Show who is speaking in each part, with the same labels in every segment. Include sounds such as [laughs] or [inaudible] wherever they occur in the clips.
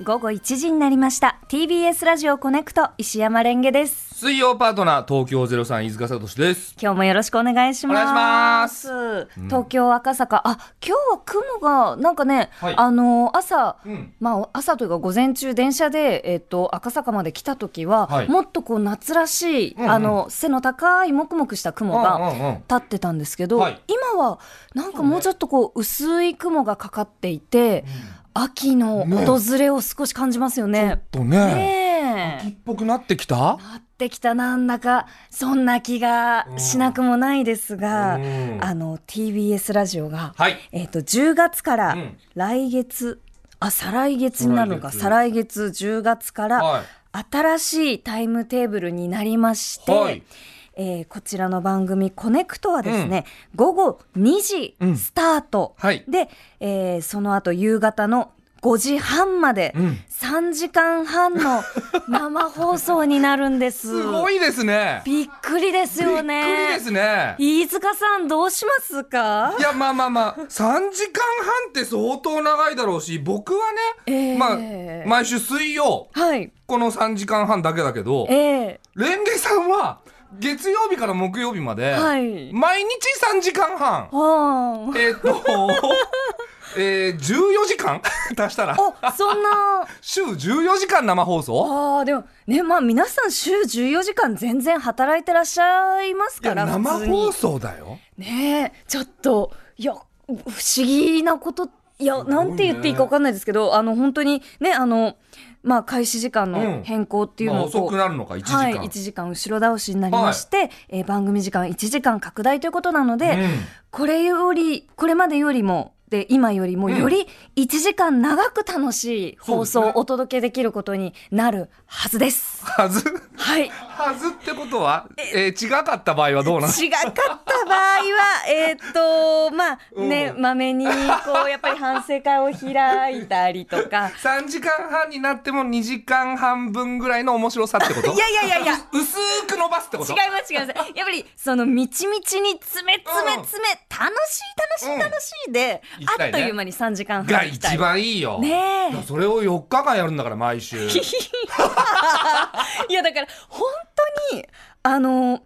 Speaker 1: 午後1時になりました TBS ラジオコネクト石山レンゲです
Speaker 2: 水曜パートナー東京ゼロさん飯塚聡です。
Speaker 1: 今日もよろしくお願いします
Speaker 2: お願いします
Speaker 1: 東京赤坂あ今日は雲がなんかね、
Speaker 2: はい
Speaker 1: あの朝、
Speaker 2: うん
Speaker 1: まあ朝というか午前中電車でえっ、と赤坂まで来た時は、
Speaker 2: はい
Speaker 1: もっとこう夏らしい、
Speaker 2: うんうん
Speaker 1: あの背の高いもくもくした雲が、
Speaker 2: うんうんうん
Speaker 1: 立ってたんですけど、
Speaker 2: はい
Speaker 1: 今はなんかもうちょっとこう薄い雲がかかっていて、秋の訪れを少し感じますよね。
Speaker 2: と
Speaker 1: ね
Speaker 2: ね、
Speaker 1: え
Speaker 2: 秋っぽくなってきた。
Speaker 1: なってきたなんだかそんな気がしなくもないですが、
Speaker 2: うん
Speaker 1: あの TBS ラジオが、
Speaker 2: はい。
Speaker 1: えっと10月から
Speaker 2: うん
Speaker 1: 来月、あ再来月になるのか再
Speaker 2: 再
Speaker 1: 来月10月から、
Speaker 2: はい
Speaker 1: 新しいタイムテーブルになりまして、
Speaker 2: はい
Speaker 1: えーこちらの番組「コネクト」はですね、午後2時スタート
Speaker 2: うんはい
Speaker 1: で、えーその後夕方の5時半まで
Speaker 2: うん
Speaker 1: 3時間半の生放送になるんです。
Speaker 2: [laughs] すごいですね。
Speaker 1: びっくりですよね。
Speaker 2: びっくりですね。
Speaker 1: 飯塚さんどうしますか
Speaker 2: いやまあまあまあ3時間半って相当長いだろうし僕はね、
Speaker 1: えー
Speaker 2: まあ毎週水曜
Speaker 1: はい。
Speaker 2: この3時間半だけだけど
Speaker 1: ええ
Speaker 2: レンゲさんは月曜日から木曜日まで、
Speaker 1: はい
Speaker 2: 毎日3時間半
Speaker 1: は
Speaker 2: えーっと
Speaker 1: [laughs]
Speaker 2: えー、14時間足したら
Speaker 1: あ。お、そんな。
Speaker 2: 週14時間生放送
Speaker 1: ああでもねまあ皆さん週14時間全然働いてらっしゃいます
Speaker 2: い
Speaker 1: か
Speaker 2: や
Speaker 1: ら
Speaker 2: 生
Speaker 1: 普通に
Speaker 2: 放送だよ
Speaker 1: ねえちょっといや不思議なこといや
Speaker 2: ごいね
Speaker 1: なんて言っていいか分かんないですけどあの本当にねあのまあ開始時間
Speaker 2: うん
Speaker 1: の変更っていう
Speaker 2: まあ
Speaker 1: のをこう
Speaker 2: 遅くなるのか1時間、
Speaker 1: はい、1時間後ろ倒しになりまして、えー番組時間1時間拡大ということなので、
Speaker 2: うん
Speaker 1: これよりこれまでよりもで今よりも
Speaker 2: うん
Speaker 1: より1時間長く楽しい放送
Speaker 2: そうですね
Speaker 1: をお届けできることになるはずです。
Speaker 2: はず
Speaker 1: はい
Speaker 2: はずってことは、えー違かった場合はどうなの
Speaker 1: 違かった場合は、えーっと、まあね、
Speaker 2: うん
Speaker 1: まめに、こう、やっぱり反省会を開いたりとか。
Speaker 2: 3時間半になっても2時間半分ぐらいの面白さってこと
Speaker 1: いやいやいやいや、違い
Speaker 2: 薄く伸ばすってこと
Speaker 1: ます、違います。やっぱり、その、みちみちに詰め詰め詰め、楽しい楽しい楽しいで、
Speaker 2: うん行きた
Speaker 1: あっ
Speaker 2: い
Speaker 1: と
Speaker 2: ね
Speaker 1: いう間に3時間半
Speaker 2: が
Speaker 1: 行きたい
Speaker 2: 一番いいよ、
Speaker 1: ねえ
Speaker 2: いやそれを4日間やるんだから毎週
Speaker 1: [laughs] いや、だから、本当に、あの、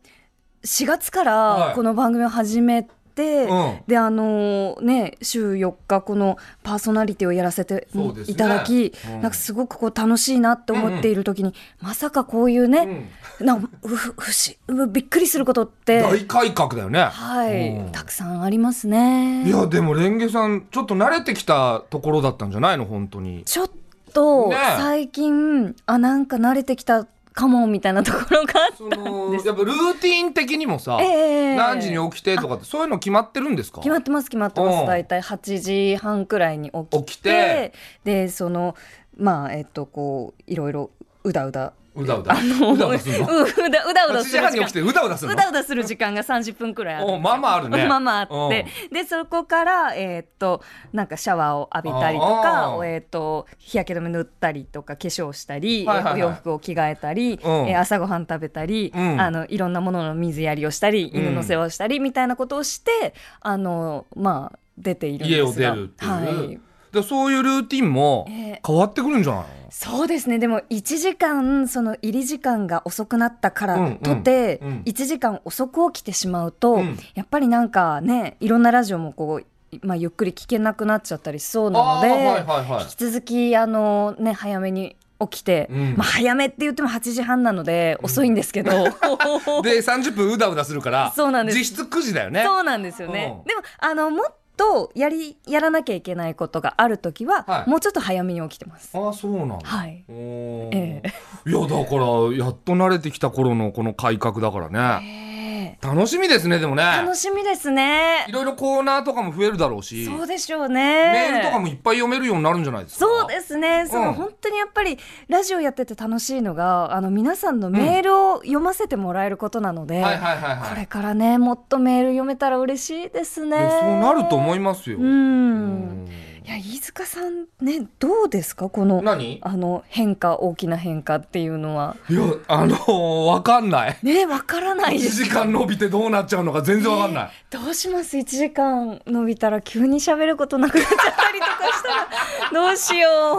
Speaker 1: 4月か
Speaker 2: は
Speaker 1: ら
Speaker 2: い、
Speaker 1: この番組を始めて、
Speaker 2: うん
Speaker 1: であのね週4日このパーソナリティをやらせて
Speaker 2: そうですね
Speaker 1: いただき、
Speaker 2: うん
Speaker 1: なんかすごくこう楽しいなって思っている時に、まさかこういうね、なんかふふ不思うびっくりすることって
Speaker 2: 大改革だよね
Speaker 1: はい、
Speaker 2: うん
Speaker 1: たくさんありますね
Speaker 2: いやでもレンゲさんちょっと慣れてきたところだったんじゃないの本当に
Speaker 1: ちょっと
Speaker 2: ね
Speaker 1: 最近、あなんか慣れてきたかもみたいなところがあっ
Speaker 2: そのやっぱルーティン的にもさ、
Speaker 1: て、ええ
Speaker 2: 何時に起きてとかってそういうの決まってるんですか
Speaker 1: 決まってます決まってま
Speaker 2: う
Speaker 1: す
Speaker 2: ん
Speaker 1: 大体8時半くらいに起きて
Speaker 2: 起きて
Speaker 1: でそのまあえっとこういろいろうだうだ
Speaker 2: うだうだ [laughs] うだうだするの
Speaker 1: うんうだうだう
Speaker 2: 8
Speaker 1: だす
Speaker 2: 時
Speaker 1: る
Speaker 2: 半
Speaker 1: 時
Speaker 2: に起き
Speaker 1: 間
Speaker 2: てうだうだする
Speaker 1: う
Speaker 2: の
Speaker 1: だうだする時間が30分くらいあるんです
Speaker 2: お
Speaker 1: よ
Speaker 2: まあまあある
Speaker 1: [laughs]
Speaker 2: ね
Speaker 1: まあまああってでそこからえーっとなんかシャワーを浴びたりとか
Speaker 2: あー
Speaker 1: えーっと日焼け止め塗ったりとか化粧したり、
Speaker 2: はいはいはい
Speaker 1: お洋服を着替えたり、
Speaker 2: うん
Speaker 1: えー朝ごはん食べたり、
Speaker 2: うん
Speaker 1: あのいろんなものの水やりをしたり
Speaker 2: うん
Speaker 1: 犬の世話をしたりみたいなことをしてあのまあ出ているんで
Speaker 2: 家を
Speaker 1: す
Speaker 2: 出
Speaker 1: が
Speaker 2: るっていう、
Speaker 1: はい、
Speaker 2: でそういうルーティンも
Speaker 1: ええ
Speaker 2: 変わってくるんじゃないの、
Speaker 1: そうですねでも1時間その入り時間が遅くなったか
Speaker 2: うんう
Speaker 1: ら
Speaker 2: ん
Speaker 1: とて、
Speaker 2: うん
Speaker 1: 1時間遅く起きてしまうと、
Speaker 2: うん
Speaker 1: やっぱりなんかねいろんなラジオもこう、まあ、ゆっくり聞けなくなっちゃったりしそうなので、
Speaker 2: あーはいはいはい
Speaker 1: 引き続きあの、ね、早めに起きて、
Speaker 2: うん
Speaker 1: まあ、早めって言っても8時半なので遅いんですけど、
Speaker 2: [laughs] で30分うだうだするから
Speaker 1: [laughs] そうなんです
Speaker 2: 実質9時だよね
Speaker 1: そうなんですよね。
Speaker 2: うん
Speaker 1: でもあのもっとやりやらなきゃいけないことがあるときは、
Speaker 2: はい
Speaker 1: もうちょっと早めに起きてます。
Speaker 2: ああそうなんだ、
Speaker 1: はい
Speaker 2: おー
Speaker 1: え
Speaker 2: いやだからやっと慣れてきた頃のこの改革だからね、
Speaker 1: え
Speaker 2: 楽しみですねでもね
Speaker 1: ー楽しみですね
Speaker 2: い。ろいろコーナーとかも増えるだろうし
Speaker 1: そうでしょうね。
Speaker 2: メールとかもいっぱい読めるようになるんじゃないですか
Speaker 1: そうですね。その、
Speaker 2: うん
Speaker 1: 本当にやっぱりラジオやってて楽しいのが、あの皆さんのメールを読ませてもらえることなので、
Speaker 2: はいはいはい
Speaker 1: こ
Speaker 2: はい
Speaker 1: れからねもっとメール読めたら嬉しいですね
Speaker 2: で。そうなると思いますよ、
Speaker 1: う。
Speaker 2: うんん
Speaker 1: いや飯塚さんねどうですかこの
Speaker 2: 何
Speaker 1: あの変化大きな変化っていうのはい
Speaker 2: やあのー、わかんない
Speaker 1: ねわからないで
Speaker 2: 1
Speaker 1: す
Speaker 2: 時間伸びてどうなっちゃうのか全然わか
Speaker 1: [laughs]
Speaker 2: んない、
Speaker 1: どうします1時間伸びたら急に喋ることなくなっちゃったりとかしたらどうしよ
Speaker 2: [laughs]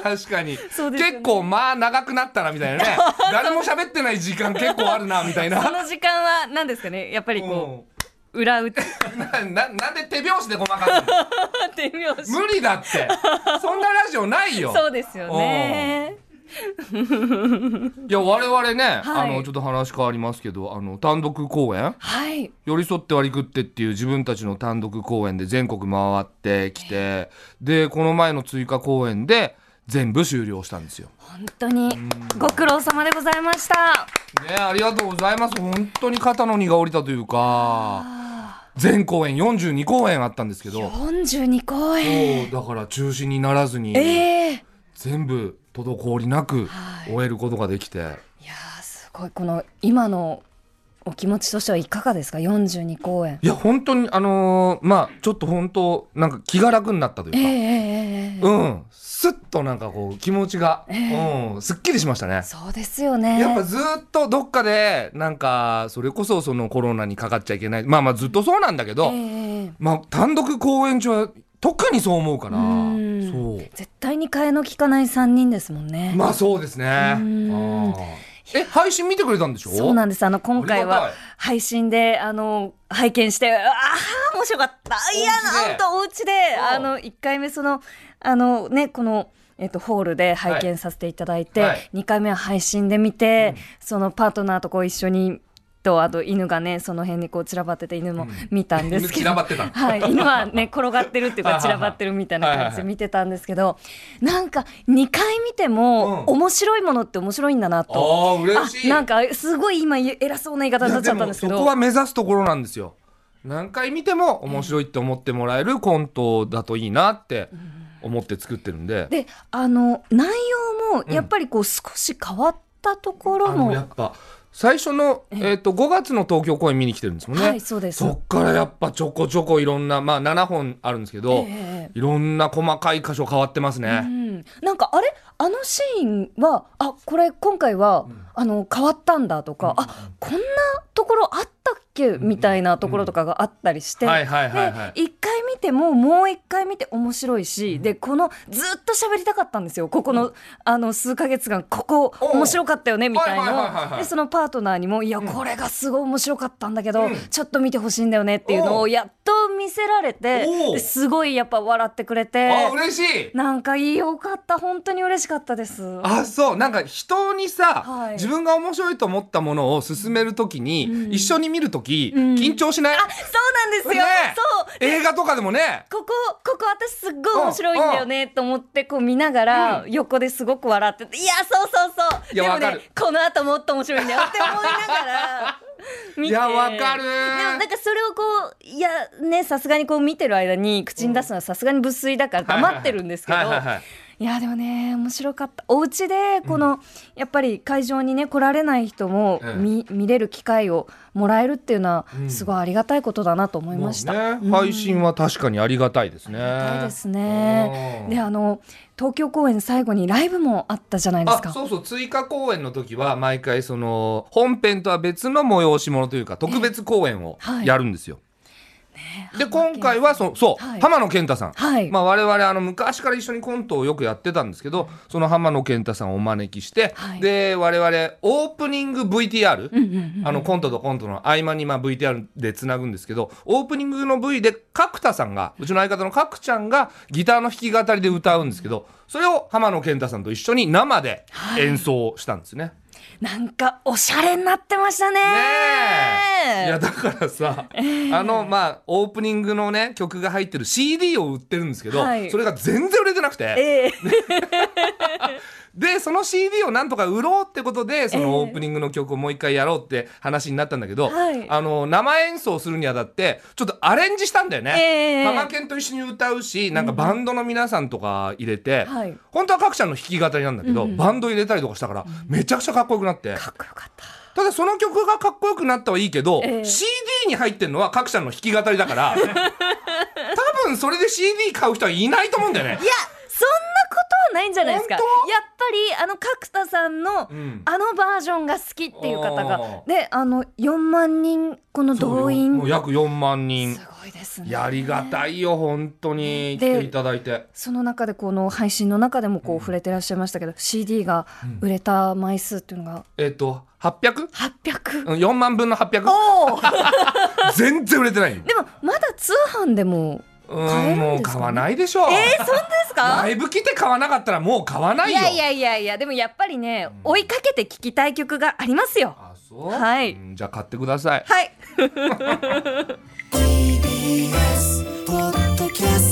Speaker 1: う
Speaker 2: 確かに、
Speaker 1: そうですよね
Speaker 2: 結構まあ長くなったなみたい
Speaker 1: [laughs]
Speaker 2: なね誰も喋ってない時間結構あるなみたい
Speaker 1: こ
Speaker 2: な
Speaker 1: の時間は何ですかねやっぱりこう裏打って
Speaker 2: うんなななんで手拍子でごまかす
Speaker 1: [laughs]
Speaker 2: の
Speaker 1: 手拍子
Speaker 2: 無理だってそんなラジオないよ
Speaker 1: そうですよね
Speaker 2: いや我々ね、
Speaker 1: はい
Speaker 2: あのちょっと話変わりますけどあの単独公演
Speaker 1: はい
Speaker 2: 寄り添って割り食ってっていう自分たちの単独公演で全国回ってきてでこの前の追加公演で全部終了したんですよ。
Speaker 1: 本当にご苦労様でございました
Speaker 2: ねありがとうございます本当に肩の荷が下りたというか全公演42公演あったんですけど
Speaker 1: 42公
Speaker 2: そ
Speaker 1: 演
Speaker 2: うだから中止にならずに、
Speaker 1: ええ
Speaker 2: 全部滞りなく
Speaker 1: はい
Speaker 2: 終えることができて。
Speaker 1: いやーすごいこの今のお気持ちとしてはいかがですか42公演
Speaker 2: いや本当にあのーまあちょっと本当なんか気が楽になったという
Speaker 1: え
Speaker 2: か、
Speaker 1: えええええ
Speaker 2: うんすっとなんかこう気持ちが、
Speaker 1: ええ
Speaker 2: うんすっきりしましたね。
Speaker 1: そうですよね
Speaker 2: やっぱずっとどっかでなんかそれこそそのコロナにかかっちゃいけないまあまあずっとそうなんだけど、
Speaker 1: ええええ
Speaker 2: まあ単独公演中は特にそう思うから
Speaker 1: うん
Speaker 2: そう
Speaker 1: 絶対に替えの利かない3人ですもんね、
Speaker 2: まあそうですねあ
Speaker 1: ん
Speaker 2: ーえ配信見てくれたんでしょ
Speaker 1: そうなんですあの今回
Speaker 2: ありが
Speaker 1: は
Speaker 2: たい
Speaker 1: 配信であの拝見してああ面白かったいや
Speaker 2: お家で
Speaker 1: なんとお家で
Speaker 2: うん
Speaker 1: あの1回目そのあのねこのえっと、ホールで拝見させていただいて、
Speaker 2: はい
Speaker 1: 2回目は配信で見て、そのパートナーとこう一緒にとあと犬がねその辺にこう散らばってて犬も見たんですけ
Speaker 2: 散
Speaker 1: ど、
Speaker 2: らばってたの
Speaker 1: はい、
Speaker 2: [laughs]
Speaker 1: 犬はね転がってるっていう
Speaker 2: は
Speaker 1: か
Speaker 2: いはい
Speaker 1: 散らばってるみたいな感
Speaker 2: は
Speaker 1: じ
Speaker 2: いはい
Speaker 1: で
Speaker 2: はい
Speaker 1: 見てたんですけどなんか2回見ても
Speaker 2: うん
Speaker 1: 面白いものって面白いんだなと。
Speaker 2: あー嬉
Speaker 1: あ
Speaker 2: しい
Speaker 1: なんかすごい今偉そうな言い方になっちゃったんですけ
Speaker 2: い
Speaker 1: ど
Speaker 2: やもそこは目指すところなんですよ何回見ても面白いって思ってもらえるコントだといいなって思って作ってるんで
Speaker 1: であの内容も
Speaker 2: ん
Speaker 1: やっぱりこう少し変わったところ
Speaker 2: あ
Speaker 1: も、
Speaker 2: のやっぱ最初の、えー、と5月の東京公演見に来てるんですもんね、
Speaker 1: はいそうです
Speaker 2: そっからやっぱちょこちょこいろんなまあ7本あるんですけど、
Speaker 1: ええ
Speaker 2: いろんな細かい箇所変わってます
Speaker 1: う
Speaker 2: ね、
Speaker 1: ん、なんかあれあのシーンはあこれ今回は、あの変わったんだとか、あこんなところあったっけみたいなところとかがあったりして、
Speaker 2: はいはい
Speaker 1: で、
Speaker 2: はいはい
Speaker 1: 一回見てももう一回見て面白いし、でこのずっと喋りたかったんですよここの,、あの数ヶ月間ここ
Speaker 2: おう
Speaker 1: 面白かったよねみたい
Speaker 2: はいはいはいはいは
Speaker 1: ないでそのパートナーにも「いやこれがすごい面白かったんだけど、
Speaker 2: うん
Speaker 1: ちょっと見てほしいんだよね」っていうの
Speaker 2: お
Speaker 1: を
Speaker 2: う
Speaker 1: やっと見せられて
Speaker 2: おう
Speaker 1: ですごいやっぱ笑ってくれ
Speaker 2: あ
Speaker 1: て
Speaker 2: 嬉しい
Speaker 1: なんかいいよかった本当に嬉しかったです。
Speaker 2: あそうなんか人にさ、
Speaker 1: はい
Speaker 2: 自分が面白いと思ったものを進めるときに、
Speaker 1: うん
Speaker 2: 一緒に見るとき、
Speaker 1: うん
Speaker 2: 緊張しない、
Speaker 1: そうなんですよ、
Speaker 2: ね
Speaker 1: そう
Speaker 2: 映画とかでもね
Speaker 1: ここここ私すっごい面白いんだよねと思ってこう見ながら横ですごく笑ってていやそうそうそう
Speaker 2: いや
Speaker 1: でも
Speaker 2: わかる
Speaker 1: ねこの後もっと面白いんだよって思いなが
Speaker 2: [laughs]
Speaker 1: ら見て
Speaker 2: いやわかる
Speaker 1: でもなんかそれをこういやねさすがにこう見てる間に口に出すのはさすがに無粋だから黙ってるんですけど
Speaker 2: はいはいはい
Speaker 1: いやでもね面白かったお家でこの、やっぱり会場にね来られない人も
Speaker 2: ええ
Speaker 1: 見,、見れる機会をもらえるっていうのは
Speaker 2: うん
Speaker 1: すごいありがたいことだなと思いました。
Speaker 2: もうね配信は確かにありがたいですね。
Speaker 1: ありがたいですね。で、あの東京公演最後にライブもあったじゃないです
Speaker 2: あ
Speaker 1: か。
Speaker 2: そうそう追加公演の時は毎回その本編とは別の催し物というか特別公演を
Speaker 1: はい
Speaker 2: やるんですよ。で今回はそそう、
Speaker 1: はい
Speaker 2: 浜野健太さん、
Speaker 1: はい。
Speaker 2: まあ、我々あの昔から一緒にコントをよくやってたんですけどその浜野健太さんをお招きして、
Speaker 1: はい
Speaker 2: で我々オープニング VTR、
Speaker 1: うんうんうん。
Speaker 2: あのコントとコントの合間にまあ VTR でつなぐんですけどオープニングの V で角田さんがうちの相方の角ちゃんがギターの弾き語りで歌うんですけどそれを浜野健太さんと一緒に生で演奏したんですね。
Speaker 1: なんかおしゃれになってましたね。
Speaker 2: ねえいやだからさ、あのまあオープニングのね曲が入ってる CD を売ってるんですけど、
Speaker 1: はい
Speaker 2: それが全然売れてなくて。
Speaker 1: ええ
Speaker 2: でその CD をなんとか売ろうってことでそ
Speaker 1: ええ
Speaker 2: のオープニングの曲をもう一回やろうって話になったんだけど、
Speaker 1: はい
Speaker 2: あの生演奏するにあたってちょっとアレンジしたんだよ
Speaker 1: え
Speaker 2: ね。
Speaker 1: え
Speaker 2: ハマケンと一緒に歌うしなんかバンドの皆さんとか入れ
Speaker 1: [laughs]
Speaker 2: て、
Speaker 1: はい
Speaker 2: 本当は各社の弾き語りなんだけど、
Speaker 1: うんうん
Speaker 2: バンド入れたりとかしたからめちゃくちゃかっこよくなって、
Speaker 1: かっこよかった。
Speaker 2: ただその曲がかっこよくなったはいいけど、
Speaker 1: ええ
Speaker 2: CD に入ってるのは各社の弾き語りだか
Speaker 1: [laughs]
Speaker 2: ら多分それで CD 買う人はいないと思うんだよね
Speaker 1: い。やそんなことはないんじゃないですかやっ
Speaker 2: 本
Speaker 1: ぱりあの角田さんの、
Speaker 2: うん
Speaker 1: あのバージョンが好きっていう方
Speaker 2: あ
Speaker 1: が
Speaker 2: ー
Speaker 1: であの4万人この動員
Speaker 2: もう約4万人
Speaker 1: すごいですね
Speaker 2: やりがたいよ本当に来
Speaker 1: で
Speaker 2: ていただいて
Speaker 1: その中でこの配信の中でもこう触れてらっしゃいましたけど、CD が売れた枚数っていうのが
Speaker 2: えっと 800?4
Speaker 1: 800、
Speaker 2: 万分の 800?
Speaker 1: おお
Speaker 2: 全然売れてないよ
Speaker 1: でもまだ通販でも
Speaker 2: う
Speaker 1: 買える
Speaker 2: ん
Speaker 1: んですかね
Speaker 2: もう買わないでしょう、
Speaker 1: えー、そんなですか
Speaker 2: ライブ来て買わなかったらもう買わない
Speaker 1: い
Speaker 2: よ
Speaker 1: やいやいやいやでもやっぱりね、
Speaker 2: ん
Speaker 1: 追いかけて聴きたい曲がありますよ
Speaker 2: あそう、
Speaker 1: はい
Speaker 2: うんじゃあ買ってください
Speaker 1: はい
Speaker 3: TBS ポッドキャスト